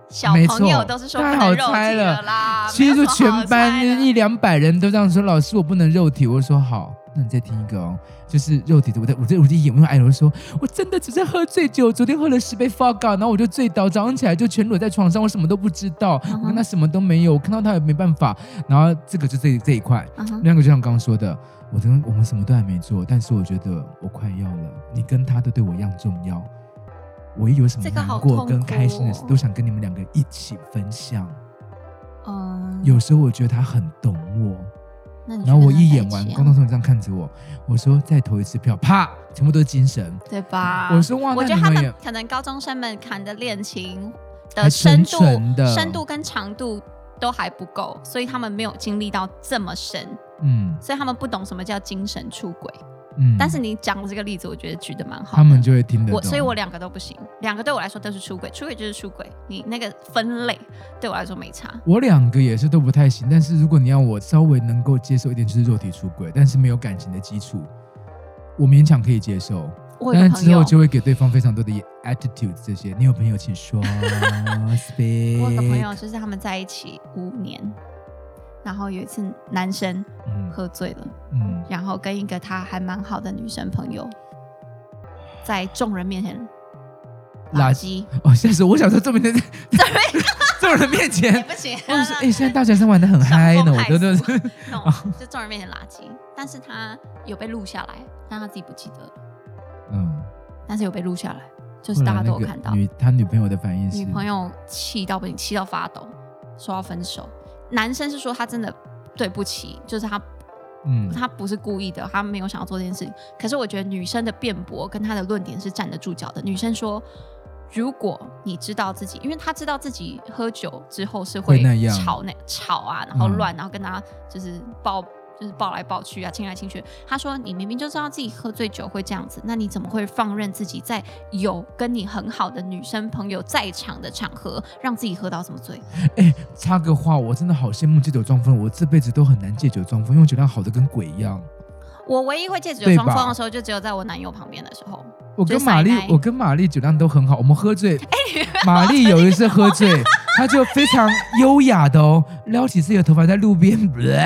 B: 小
A: 没
B: 朋友
A: 错
B: 都是说不
A: 太
B: 能
A: 好
B: 肉
A: 猜
B: 体
A: 了
B: 了啦。
A: 其实
B: 啊没有
A: 就
B: 什么好
A: 全班
B: 猜的
A: 一两百人都这样说，老师我不能肉体，我就说好，那你再听一个哦，就是肉体的，我在我在我就眼为爱我就说我真的只是喝醉酒，昨天喝了十杯 f o g 然后我就醉倒，早上起来就全裸在床上，我什么都不知道，
B: 嗯哼
A: 我跟他什么都没有，我看到他也没办法，然后这个就这这一块，
B: 嗯哼
A: 另外一个就像刚刚说的，我跟我们什么都还没做，但是我觉得我快要了，你跟他都对我一样重要，我一有什么
B: 这个
A: 难
B: 好
A: 过
B: 痛
A: 跟
B: 苦
A: 开心的事
B: 哦，
A: 都想跟你们两个一起分享。
B: 嗯，
A: 有时候我觉得他很懂我，
B: 那你去
A: 然后我
B: 跟他
A: 一
B: 在
A: 演
B: 起
A: 完，
B: 啊
A: 高中生这样看着我，我说再投一次票，啪，全部都是精神。
B: 对吧？
A: 我说哇，
B: 我
A: 那
B: 觉得
A: 你
B: 他
A: 们也
B: 们可能高中生们谈的恋情
A: 还
B: 的
A: 纯
B: 深度
A: 纯的
B: 深度跟长度都还不够，所以他们没有经历到这么深，
A: 嗯
B: 所以他们不懂什么叫精神出轨。
A: 嗯，
B: 但是你讲的这个例子，我觉得举得蛮好的。
A: 他们就会听得懂。
B: 我，所以我两个都不行，两个对我来说都是出轨，出轨就是出轨，你那个分类对我来说没差。
A: 我两个也是都不太行，但是如果你让我稍微能够接受一点，就是肉体出轨，但是没有感情的基础，我勉强可以接受。
B: 我有
A: 但是
B: 个朋
A: 之
B: 友
A: 后，就会给对方非常多的 attitude 这些。你有朋友请 说，speak。
B: 我有个朋友就是他们在一起五年，然后有一次男生
A: 嗯，
B: 喝醉了，
A: 嗯
B: 然后跟一个他还蛮好的女生朋友，在众人面前
A: 垃
B: 垃
A: 圾
B: 圾，
A: 哦，现在是我想说这么在 众人面
B: 也
A: 前，
B: 不 行。
A: 我说哎、现在大学生玩的很
B: 哎
A: 嗨呢，我真的是，
B: 那种就众人面前垃圾，但是他有被录下来，但他自己不记得了，
A: 嗯，
B: 但是有被录下来，就
A: 就是
B: 大家都有看到。
A: 女他女朋友的反应是，
B: 嗯女朋友气到不行，气到发抖，说要分手。男生是说他真的对不起，就是他
A: 嗯，
B: 他不是故意的，他没有想要做这件事情。可是我觉得女生的辩驳跟她的论点是站得住脚的。女生说，如果你知道自己，因为她知道自己喝酒之后是
A: 会那样
B: 吵那吵啊，然后
A: 嗯
B: 乱，然后跟他就是抱。就是抱来抱去啊，亲来亲去。她说：“你明明就知道自己喝醉酒会这样子，那你怎么会放任自己在有跟你很好的女生朋友在场的场合，让自己喝到这么醉？
A: 插个话，我真的好羡慕借酒装疯，我这辈子都很难借酒装疯，因为我酒量好的跟鬼一样。
B: 我唯一会借酒
A: 对
B: 装
A: 吧
B: 疯的时候，就只有在我男友旁边的时候。
A: 我
B: 就
A: 跟
B: 是
A: 玛丽
B: 奶奶，
A: 我跟玛丽酒量都很好，我们喝醉， 玛丽有一次喝醉，她就非常优雅的哦，撩起自己的头发在路边，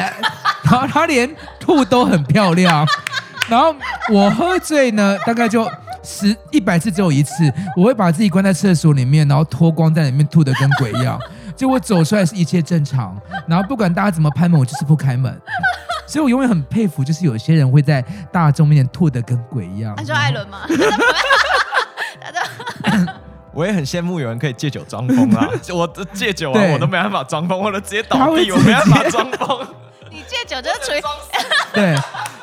A: 然后她连吐都很漂亮。 然后我喝醉呢，大概就十一百次只有一次，我会把自己关在厕所里面，然后脱光在里面吐的跟鬼一样。 结果走出来是一切正常，然后不管大家怎么拍门，我就是不开门。 所以我永远很佩服，就是有些人会在大众面前吐的跟鬼一样。
B: 他说艾伦 吗？
C: 我也很羡慕有人可以戒酒装疯啊啦， 我戒酒啊，
A: 对
C: 我都没办法装疯，我都直接
A: 他
C: 倒
A: 会
C: 地，我
A: 直
C: 没办法
A: 接
C: 装疯。
B: 你戒酒就是 处于
A: 对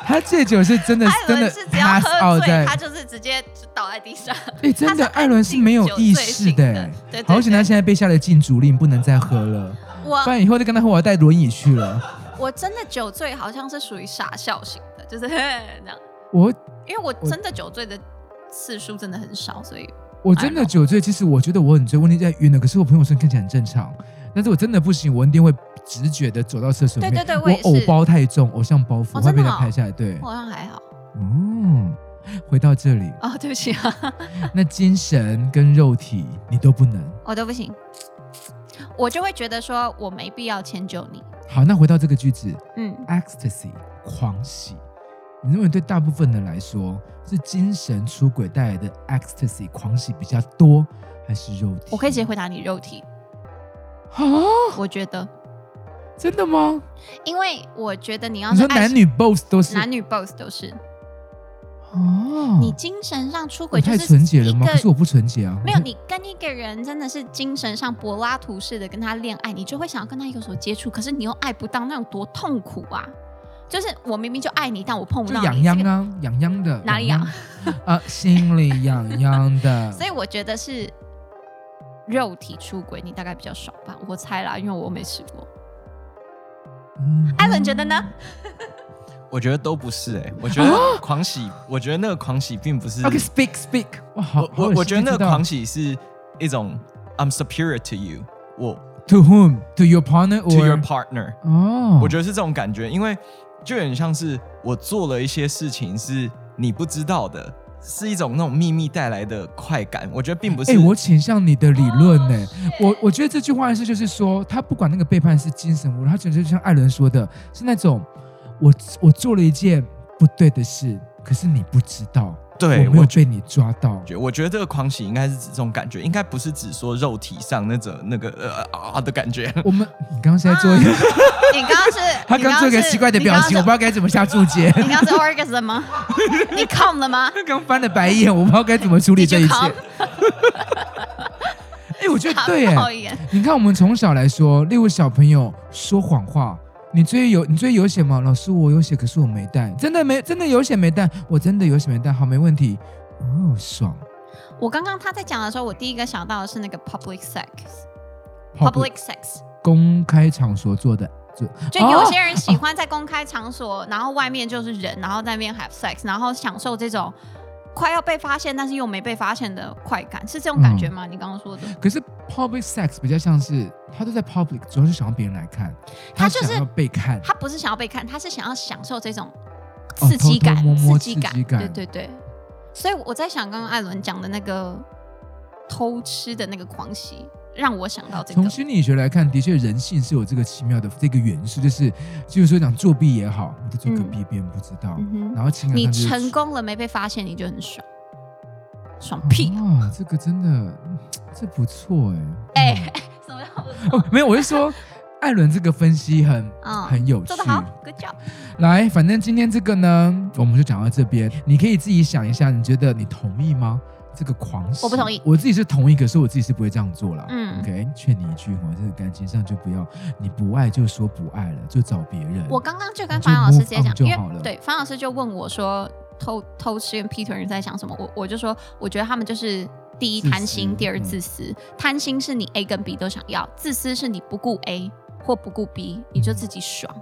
A: 他戒酒是真的
B: 艾，
A: 真
B: 伦
A: 的哦
B: 是只要
A: pass
B: 喝
A: out 在
B: 醉，，他就是直接就倒在地上。
A: 哎，真的
B: 他是
A: 艾伦是没有意识的
B: 酒醉型
A: 欸
B: 的对对，对哦
A: 好简单，现在被下了禁足令，不能再喝了，
B: 我
A: 不然以后再跟他喝，我要带轮椅去了。
B: 我真的酒醉好像是属于傻笑型的，就是 那样，
A: 我
B: 因为我真的酒醉的次数真的很少，所以
A: 我真
B: 哎
A: 的酒醉，其实我觉得我很醉，问题在晕了，可是我朋友说看起来很正常，但是我真的不行，我一定会直觉的走到厕所里面，
B: 对对对我
A: 我
B: 也是
A: 偶包太重，偶像包袱
B: 哦
A: 会被
B: 真的
A: 他
B: 哦
A: 拍下来，对
B: 我，好像还好。
A: 嗯。回到这里，
B: 哦，对不起 啊，
A: 那精神跟肉体你都不能。
B: 我哦都不行，我就会觉得说我没必要迁就你。
A: 好，那回到这个句子，
B: 嗯，
A: ecstasy 狂喜。你认为对大部分人来说，是精神出轨带来的 ecstasy 狂喜比较多，还是肉体？
B: 我可以直接回答你肉体，
A: 啊？
B: 我觉得，
A: 真的吗？
B: 因为我觉得你要
A: 你
B: 是
A: 说
B: 爱
A: 男女 both 都是
B: 男女 both 都是，
A: 哦，
B: 你精神上出
A: 我
B: 轨就
A: 太
B: 是
A: 纯洁了吗？
B: 一
A: 可
B: 个
A: 是我不纯洁啊。
B: 没有，你跟一个人真的是精神上柏拉图式的跟他恋爱，你就会想要跟他有所接触，可是你又爱不到，那种多痛苦啊！就是我明明就爱你，但我碰不
A: 就
B: 到
A: 痒
B: 你，
A: 痒
B: 这个
A: 啊，痒痒的。
B: 哪里
A: 啊？心里痒痒的。
B: 所以我觉得是肉体出轨，你大概比较爽吧，我猜啦，因为我没试过。
A: 嗯
B: 艾伦觉得呢？
C: 我觉得都不是哎、我觉得狂喜，我觉得那个狂喜并不是。
A: ？OK，speak speak。哇，好，
C: 我我我觉得那个狂
A: 狂
C: 喜是一种 I'm superior to you，我
A: to whom to your partner
C: to your
A: or
C: partner，、
A: 哦，
C: 我觉得是这种感觉，因为就有点像是我做了一些事情是你不知道的，是一种那种秘密带来的快感。我觉得并不是。
A: 哎、我倾向你的理论呢、我我觉得这句话是，就是说，他不管那个背叛是精神侮辱，他简直就像艾伦说的，是那种我我做了一件不对的事，可是你不知道，
C: 对
A: 我没
C: 我
A: 有
C: 觉
A: 被你抓到。
C: 得我觉得这个狂喜应该是指这种感觉，应该不是指说肉体上那种那个呃啊的感觉。
A: 我们你刚刚是在做一个，
B: 你刚刚是
A: 他
B: 啊你
A: 刚做一个
B: 是
A: 奇怪的表情，我不
B: 你
A: 知道该怎么下注 解。
B: 刚刚是 orgasm 吗？你 come 了吗？
A: 他刚翻了白眼，我不知道该怎么处理这一切。
B: Did you
A: 哎、我觉得对、
B: 不
A: 哎。
B: 好意思
A: 你看，我们从小来说，例如小朋友说谎话，你作业有你作业有写吗？老师，我有写，可是我没带，真的没真的有写没带，我真的有写没带，好，没问题。哦，爽
B: 我刚刚他在讲的时候，我第一个想到的是那个 public sex，public sex
A: 公开场所做的，做
B: 就有些
A: 哦
B: 人喜欢在公开场所，然后外面就是人，然后在那边 have sex，然后享受这种快要被发现但是又没被发现的快感，是这种感觉吗？你刚刚说的，
A: 哦可嗯是 public sex 比较像是他都在 public，主要是想要别人来看，
B: 他就是
A: 想要被看，
B: 他不是想要被看，他是想要享受这种
A: 哦
B: 刺激感、
A: 偷偷摸摸
B: 激感，
A: 刺激感
B: 对对对。所以我在想，刚刚艾伦讲的那个偷吃的那个狂喜，让我想到这个
A: 从。心理学来看，的确人性是有这个奇妙的这个元素，就是就是说讲作弊也好，你就做个
B: 嗯
A: 弊，别人不知道，
B: 嗯哼
A: 然后情感
B: 你
A: 上就是
B: 成功了没被发现，你就很爽，爽屁！
A: 啊，这个真的嗯这不错哎、
B: 哎什么样子？
A: 嗯哦，没有，我是说艾伦这个分析很、
B: 嗯
A: 很有趣
B: 做得。好，good job。
A: 来，反正今天这个呢，我们就讲到这边，你可以自己想一下，你觉得你同意吗？这个狂喜
B: 我不同意
A: 我自己是同意，可是我自己是不会这样做啦。
B: 嗯
A: ，OK，劝你一句哈，这个感情上就不要，你不爱就说不爱了，就找别人。
B: 我刚刚就跟
A: 你就
B: 方老师直接
A: move
B: 讲
A: on，就
B: 因
A: 好了
B: 为对方老师就问我说偷偷吃跟 Peter 人在想什么，我我就说我觉得他们就是第一
A: 自私
B: 贪心，第二
A: 嗯
B: 自私。贪心是你 A 跟 B 都想要，自私是你不顾 A 或不顾 B，你
A: 嗯
B: 就自己爽，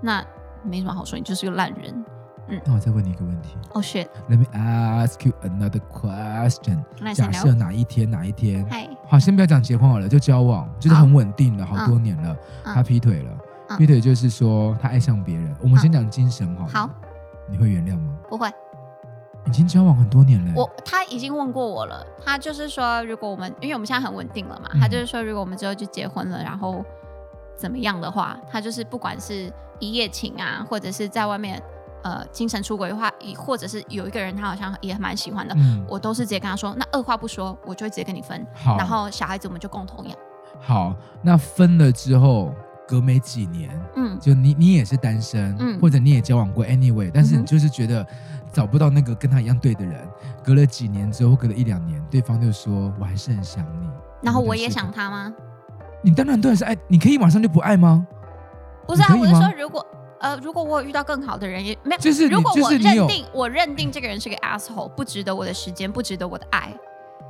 B: 那没什么好说，你就是个烂人。
A: 那我再问你一个问题
B: 哦、shit，
A: ，Let me ask you another question。
B: 那
A: 假
B: 先
A: 设
B: 聊。
A: 哪一天哪一天，
B: 嗨，
A: 好，先不要讲结婚好了，就交往，就是很稳定了，好多年了，
B: 嗯
A: 他劈腿了，
B: 嗯
A: 劈腿就是说他爱上别人。我们先讲精神好了，
B: 好，
A: 你会原谅吗？
B: 不会，
A: 已经交往很多年了，
B: 我他已经问过我了，他就是说，如果我们因为我们现在很稳定了嘛，
A: 嗯
B: 他就是说，如果我们之后就结婚了，然后怎么样的话，他就是不管是一夜情啊，或者是在外面呃精神出轨的话，以或者是有一个人他好像也蛮喜欢的，
A: 嗯，
B: 我都是直接跟他说，那二话不说，我就会直接跟你分，
A: 好，
B: 然后小孩子我们就共同养，
A: 好，那分了之后，隔没几年，
B: 嗯，
A: 就你你也是单身，
B: 嗯
A: 或者你也交往过，anyway，但是
B: 嗯
A: 你
B: 哼
A: 就是觉得找不到那个跟他一样对的人，隔了几年之后，隔了一两年，对方就说我还是很想你，
B: 然后
A: 但
B: 我
A: 是
B: 也想他吗？
A: 你当然当然是爱，你可以马上就不爱吗？
B: 不是啊，
A: 你可
B: 我
A: 以
B: 是
A: 吗
B: 说如果。呃，如果我有遇到更好的人，也没有。
A: 就是你
B: 如果
A: 就
B: 我
A: 是你有
B: 认定我认定这个人是个 asshole，不值得我的时间，不值得我的爱，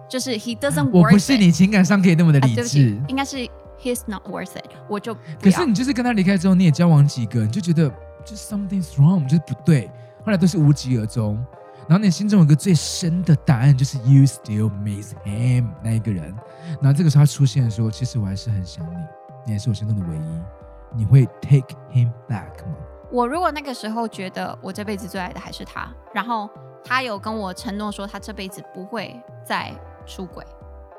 B: 就是 he doesn't worth
A: 我不是
B: it
A: 你情感上可以那么的
B: 啊，
A: 理
B: 对
A: 智
B: 不起，，应该是 he's not worth it，我就不
A: 可
B: 要
A: 是。你就是跟他离开之后，你也交往几个，你就觉得就是 something's wrong，就是不对，后来都是无疾而终。然后你心中有一个最深的答案，就是 you still miss him 那一个人。然后这个时候他出现说，其实我还是很想你，你也是我心中的唯一。你会 take him back 吗？
B: 我如果那个时候觉得我这辈子最爱的还是他，然后他有跟我承诺说他这辈子不会再出轨，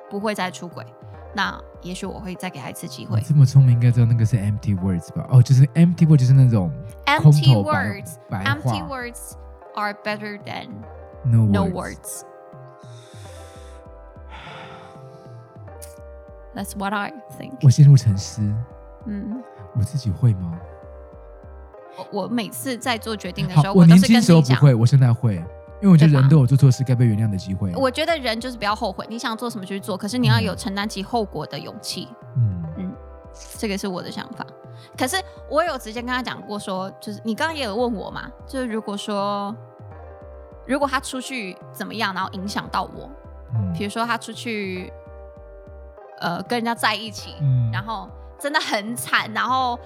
B: 不会再出轨，那也许我会再给他一次机会
A: 你。这么聪明，应该知道那个是 empty words 吧？哦，就是 empty word，就是那种空
B: Empty
A: 头白
B: words,
A: 白话
B: empty words are better than
A: no words。
B: no words. That's what I think.
A: 我陷入沉思，
B: 嗯，
A: 我自己会吗？
B: 我我每次在做决定的时
A: 好，
B: 候，
A: 我
B: 都
A: 年
B: 是
A: 轻
B: 跟
A: 时候
B: 你
A: 不
B: 讲，
A: 会，我现在会，因为我觉得
B: 对吧
A: 人都有做错事该被原谅的机会。
B: 我觉得人就是不要后悔，你想做什么就去做，可是你要有承担起后果的勇气，
A: 嗯，
B: 这个是我的想法。可是我有直接跟他讲过说，就是你刚刚也有问我嘛，就是如果说如果他出去怎么样，然后影响到我，
A: 嗯
B: 比如说他出去，呃，跟人家在一起，
A: 嗯
B: 然后真的很惨，然后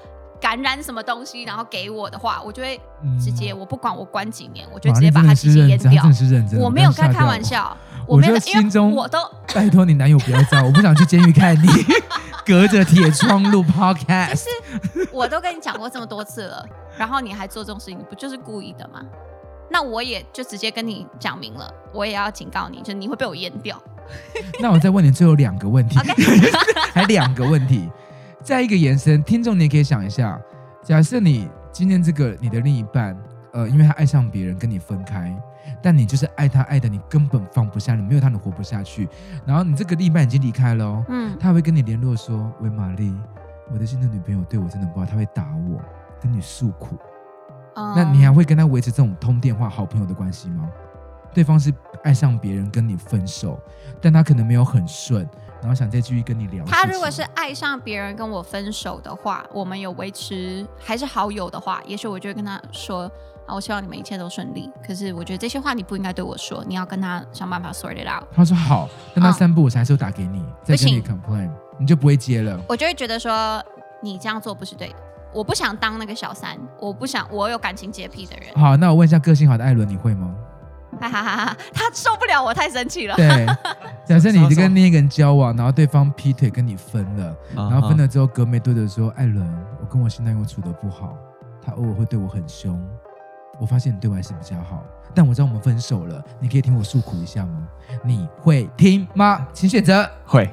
B: 感染什么东西，然后给我的话，我就会
A: 嗯
B: 直接，我不管我关几年，我就直接把他直接
A: 玛丽
B: 淹
A: 真的是认真，她
B: 掉
A: 真的。是认真，
B: 我没有
A: 不要
B: 跟
A: 吓
B: 他开
A: 掉
B: 玩。笑，
A: 我
B: 我没有
A: 就
B: 跟，因
A: 心中
B: 为我都
A: 拜托你男友不要这样，我不想去监狱看你， 隔着铁窗录 podcast。
B: 我都跟你讲过这么多次了，然后你还做这种事情，你不就是故意的吗？那我也就直接跟你讲明了，我也要警告你，就你会被我淹掉。
A: 那我再问你最后两个问题
B: OK
A: 还两个问题，再一个延伸，听众你也可以想一下，假设你今天这个你的另一半，呃，因为他爱上别人跟你分开，但你就是爱他爱的你根本放不下，你没有他你活不下去，然后你这个另一半已经离开了、哦，
B: 嗯，
A: 他还会跟你联络说，喂玛丽，我的新的女朋友对我真的不好，她会打我，跟你诉苦，
B: 嗯呃
A: 那你还会跟他维持这种通电话好朋友的关系吗？对方是爱上别人跟你分手，但他可能没有很顺，然后想再继续跟你聊事情。
B: 他如果是爱上别人跟我分手的话，我们有维持还是好友的话，也许我就会跟他说啊，我希望你们一切都顺利。可是我觉得这些话你不应该对我说，你要跟他想 办法 sort it out。
A: 他说好，但他
B: 嗯
A: 三不五时还是会打给你，再跟你
B: 不
A: complain，你就不会接了。
B: 我就会觉得说，你这样做不是对的。我不想当那个小三，我不想，我有感情洁癖的人，
A: 好，那我问一下，个性好的艾伦，你会吗？
B: 哈哈哈哈！他受不了我太生 气了。
A: 对，假设你
C: 什么
A: 跟另一个人交往，然后对方劈腿跟你分了，然
C: 然
A: 后分了之后，隔没多久说，艾伦，哎我跟我现男友处的不好，他偶尔会对我很凶，我发现你对我还是比较好，但我知道我们分手了，你可以听我诉苦一下吗？你会听吗？请选择。
C: 会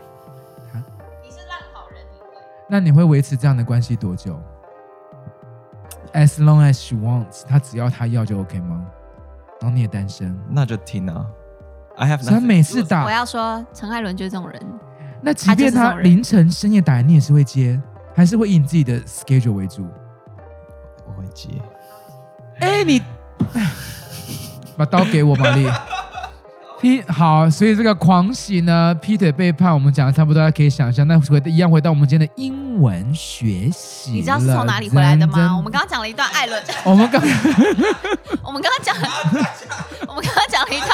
B: 你是烂好人，你会？
A: 那你会维持这样的关系多久？As long as she wants，他只要他要就 OK 吗？然后你也单身，
C: 那就听啊。I have
A: 所以他
C: nothing
A: 每次打
B: 我要说，陈艾伦就是这种人。
A: 那即便他凌晨深夜打来，你也是会接，还是会以你自己的 schedule 为主？
C: 我会接，
A: 哎、你把刀给我，玛 丽。劈好，所以这个狂喜呢，劈腿背叛，我们讲的差不多，大家可以想象。那回一样回到我们今天的英文学习了，
B: 你知道是从哪里回来的
A: 真
B: 吗？我们刚刚讲了一段艾伦，
A: 我们刚
B: 我们刚刚讲了，我们刚刚讲了一段，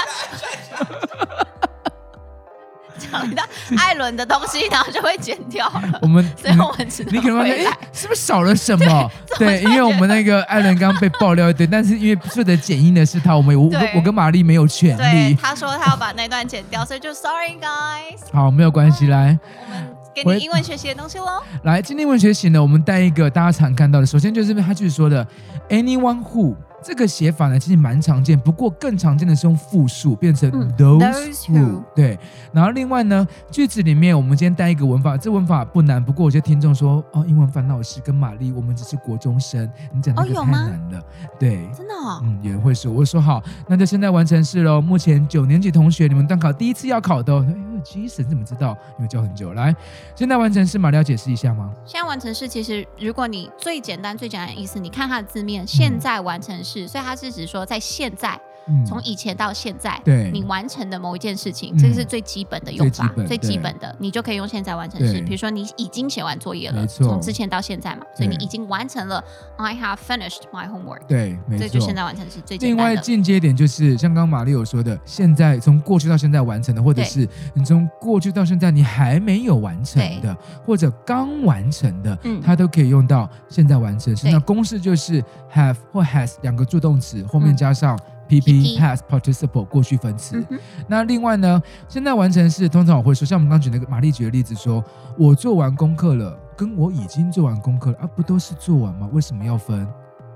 B: 讲了一段艾伦的东西，然后就会剪掉了
A: 我，们
B: 所以我们只
A: 你可能
B: 能
A: 发现，哎、
B: 回来。
A: 是不是少了什么？
B: 怎么
A: 对，因为我们那个艾伦刚被爆料一堆，但是因为负责剪映的是他，我们我
B: 对
A: 我跟玛丽没有权
B: 对
A: 利，。
B: 他说他要把那段剪掉，所以就 sorry guys，
A: 好，没有关系，来
B: 我们给
A: 回
B: 你英文学习的东西喽。
A: 来，今天英文学习呢，我们带一个大家常看到的，首先就是他就是说的 anyone who。这个写法呢，其实蛮常见，不过更常见的是用复数，变成
B: 嗯
A: those
B: those
A: who、
B: who
A: 对，然后另外呢，句子里面我们今天带一个文法，这文法不难，不过有些听众说，哦，英文烦恼师跟玛丽，我们只是国中生，你讲那
B: 哦
A: 个
B: 有
A: 太
B: 吗
A: 难了。对，
B: 真的哦，
A: 嗯，也会说。我说好，那就现在完成式喽。目前九年级同学，你们段考第一次要考的、哦。哎呦，Jason 怎么知道？因为教很久。来，现在完成式，玛丽要解释一下吗？
B: 现在完成式其实，如果你最简单最简单的意思，你看它的字面，现在完成式，所以它是指说在现在，
A: 嗯，
B: 从以前到现在，
A: 对
B: 你完成的某一件事情，
A: 嗯
B: 这个是最基本的用法，
A: 最基本
B: 最基本的，你就可以用现在完成式。
A: 对
B: 比如说你已经写完作业
A: 没
B: 了，
A: 错
B: 从之前到现在嘛，所以你
A: 对
B: 已经完成了。I have finished my homework，
A: 对，没
B: 这
A: 错。
B: 就现在完成式最简
A: 另
B: 单
A: 外
B: 的。
A: 进阶一点就是，像刚刚玛丽有说的，现在从过去到现在完成的，或者
B: 对
A: 是你从过去到现在你还没有完成的，或者刚完成的，
B: 嗯
A: 它都可以用到现在完成时。
B: 对
A: 那公式就是 have 或 has 两个助动词后面
B: 嗯
A: 加上 PP、
B: PP
A: has participle 过去分词。
B: 嗯哼，
A: 那另外呢，现在完成式通常我会说，像我们刚举那个玛丽举的例子说，我做完功课了，跟我已经做完功课了啊，不都是做完吗？为什么要分？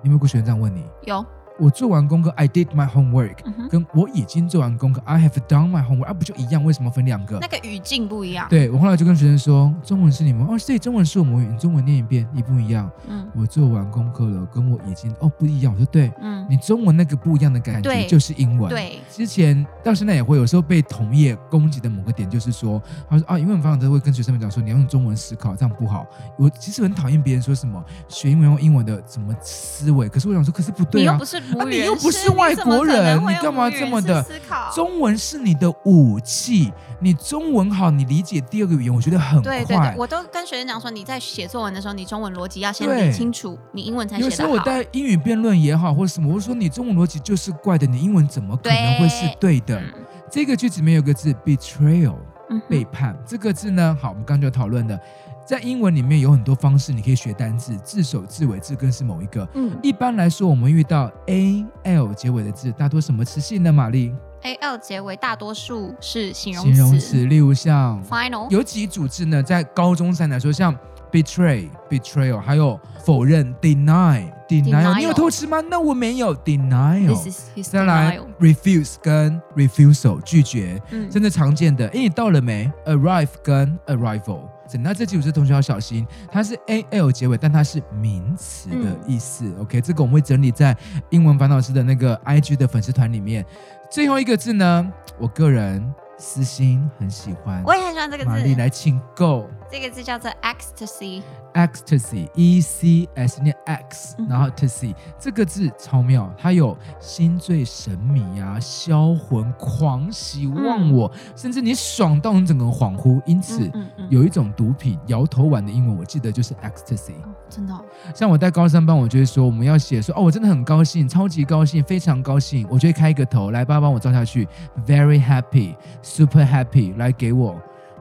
A: 有没有个学生这样问你？
B: 有，
A: 我做完功课，I did my homework，、
B: 嗯哼，
A: 跟我已经做完功课，I have done my homework，啊，不就一样？为什么分两个
B: 那？个语境不一样。
A: 呃对我后来就跟学生说，中文是你们哦，对，中文是我母语，你中文念一遍一不一样？
B: 嗯
A: 我做完功课了，跟我已经哦不一样。我说对，
B: 嗯，
A: 你中文那个不一样的感觉
B: 对
A: 就是英文。。
B: 对，
A: 之前到现在也会有时候被同业攻击的某个点，就是说，他说啊，英文方法都会跟学生们讲说，你要用中文思考，这样不好。我其实很讨厌别人说什么学英文用英文的怎么思维，可是我想说，可是不对
B: 你
A: 啊，
B: 又不是母
A: 啊
B: 语人
A: 你
B: 士，
A: 又不是外
B: 你怎么
A: 国
B: 可能
A: 人
B: 会
A: 你
B: 用
A: 干嘛
B: 母语
A: 这么
B: 人士
A: 的
B: 思考？
A: 中文是你的武器，你中文好，你理解第二个语言，我觉得很快。
B: 对对对，我都跟学生讲说，你在写作文的时候，你中文逻辑要先
A: 对
B: 理清楚，你英文才
A: 有
B: 写
A: 时
B: 得
A: 候我
B: 好。
A: 带英语辩论也好，或者什么，我说你中文逻辑就是怪的，你英文怎么可能会是对的？
B: 嗯
A: 这个句子里面有个字 betrayal，
B: 嗯哼
A: 背叛。这个字呢，好，我们刚刚就讨论了，在英文里面有很多方式，你可以学单字，字首、字尾、字根是某一个。
B: 嗯
A: 一般来说，我们遇到 a l 结尾的字，大多什么词性呢？玛丽，
B: ，A L 结尾大多数是形容
A: 形容词，例如像
B: final，
A: 有几组字呢，在高中生来说，像 betray、betrayal，还有否认 deny、denial。
B: Denial
A: 你有偷吃吗？那我没有 denial。
B: This is his
A: 再来
B: denial
A: refuse 跟 refusal 拒绝，
B: 嗯
A: 真的常见的。诶，你到了没？arrive 跟 arrival。整那这几组字，同学要小心，它是 a l 结尾，但它是名词的意思。OK，这个
B: 嗯
A: 我们会整理在英文烦恼师的那个 IG 的粉丝团里面。最后一个字呢，我个人私心很喜欢。
B: 我也很喜欢这个
A: 玛丽
B: 字，
A: 来请购
B: 这个字叫做 ecstasy，
A: ecstasy e c s 念 x，
B: 嗯
A: 然后 tasy 这个字超妙，它有心醉神迷啊、销魂、狂喜、忘我，甚至你爽到你整个人恍惚。因此
B: 嗯，嗯嗯，
A: 有一种毒品摇头丸的英文，我记得就是 ecstasy。
B: 哦真的哦
A: 像我带高三班，我就会说我们要写说哦，我真的很高兴，超级高兴，非常高兴，我就会开一个头，来爸帮我照下去，very happy，super happy，来给我。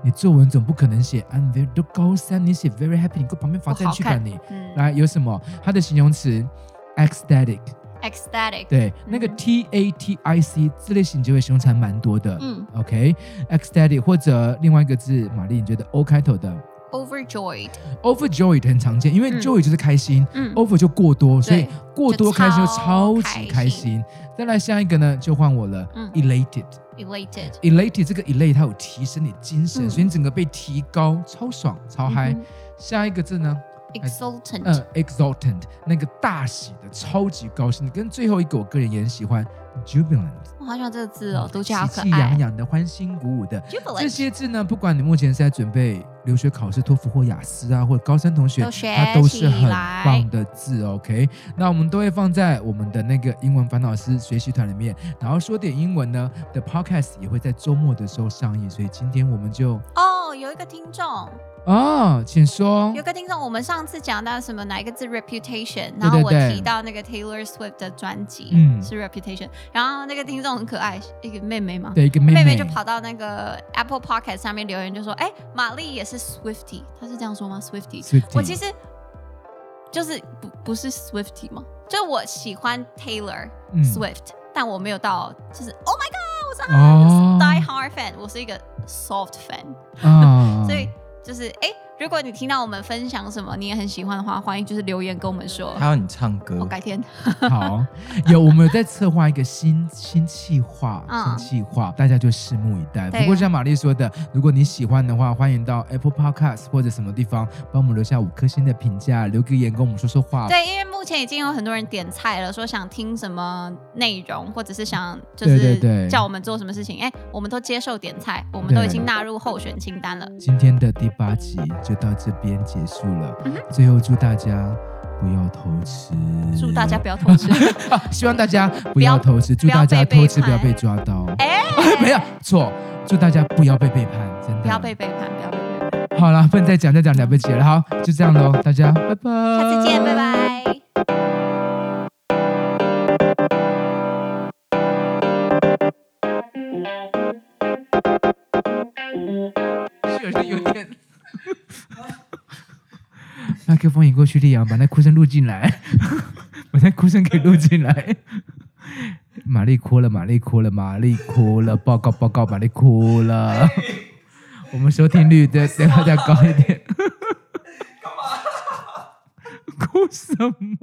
A: 你作文总不可能写 I'm very 都高三，你写 very happy，你给我旁边罚站
B: 不好
A: 去吧
B: 看
A: 你。
B: 嗯
A: 来，有什么？它的形容词 ecstatic，
B: ，ecstatic，
A: 对，那个
B: 嗯
A: T A T I C 这类型结尾形容词还蛮多的。
B: 嗯
A: OK，ecstatic、或者另外一个字，玛丽，你觉得 O 开头的
B: ，overjoyed，
A: overjoyed 很常见，因为
B: 嗯
A: joy 就是开心。
B: 嗯
A: over 就过多，所以
B: 对
A: 过多开心就超
B: 就超
A: 级开
B: 开
A: 心
B: 心。
A: 再来下一个呢，就换我了。
B: 嗯
A: elated，elated
B: ，elated，
A: 这个 elate 它有提升你精神，
B: 嗯
A: 所以你整个被提高，超爽，超嗨。
B: 嗯
A: 下一个字呢？
B: ，exultant，
A: 哎呃，exultant，那个大喜的，超级高兴。跟最后一个，我个人也很喜欢 jubilant，
B: 我好喜欢这个字哦，读起来好
A: 嗯喜
B: 可
A: 气洋
B: 爱
A: 洋的，欢欣鼓舞的。这
B: ，jubilant，
A: 些字呢，不管你目前是在准备留学考试、托福或雅思啊，或者高三同学
B: 都，学
A: 它都是
B: 起
A: 很
B: 来
A: 棒的字。OK，那我们都会放在我们的那个英文烦恼师学习团里面，然后说点英文呢的 Podcast 也会在周末的时候上映，所以今天我们就
B: 哦，有一个听众，
A: 哦，请说
B: 有。个听众，我们上次讲到什么哪一个字 reputation，
A: 对
B: 然后我
A: 对
B: 提到那个 Taylor Swift 的专辑
A: 嗯
B: 是 reputation，然后那个听众很可爱，一个妹妹嘛，
A: 对，一个妹
B: 妹
A: 妹
B: 就跑到那个 Apple Podcast 上面留言，就说：“哎、玛丽也是 Swifty，她是这样说吗？Swifty，
A: Swiftie
B: 我其实就是不不是 Swifty 嘛，就我喜欢 Taylor
A: 嗯
B: Swift，、但我没有到就是 Oh my God，我是她、
A: 哦
B: die hard fan，我是一个 soft fan，、
A: 啊，
B: 所以就是哎、如果你听到我们分享什么你也很喜欢的话，欢迎就是留言跟我们说。
C: 还有你唱歌
B: 我，改天
A: 好，有我们有在策划一个新新企划，新
B: 嗯
A: 企划，大家就拭目以待。
B: 对
A: 不过像玛丽说的，如果你喜欢的话，欢迎到 Apple Podcast 或者什么地方帮我们留下五颗星的评价，留个言跟我们说说话。
B: 对，因为目前已经有很多人点菜了，说想听什么内容，或者是想就
A: 对对
B: 是
A: 对
B: 叫我们做什么事情。哎，我们都接受点菜，我们都
A: 对
B: 已经纳入候选清单了。
A: 今天的第八集就到这边结束了，
B: 嗯哼
A: 最后祝大家不要偷吃，
B: 祝大家不要偷吃，
A: 啊，希望大家不
B: 不要
A: 要偷吃，祝
B: 不要
A: 大家
B: 被背
A: 偷吃不
B: 叛
A: 要被抓到。
B: 哎
A: 没有错，祝大家不要被背叛，真的
B: 不要被背叛，不要被背叛。
A: 好了，不能再讲再讲了不起了。好，就这样喽，大家拜拜，
B: 下次见，拜。拜。
A: 有点有点， 麦克风移过去，力阳把那哭声录进来， 把那哭声给录进来。玛丽哭了，玛丽哭了，玛丽哭了，报告报告，玛丽哭 了。我们收听率 再再再高一点。干嘛？哭什么？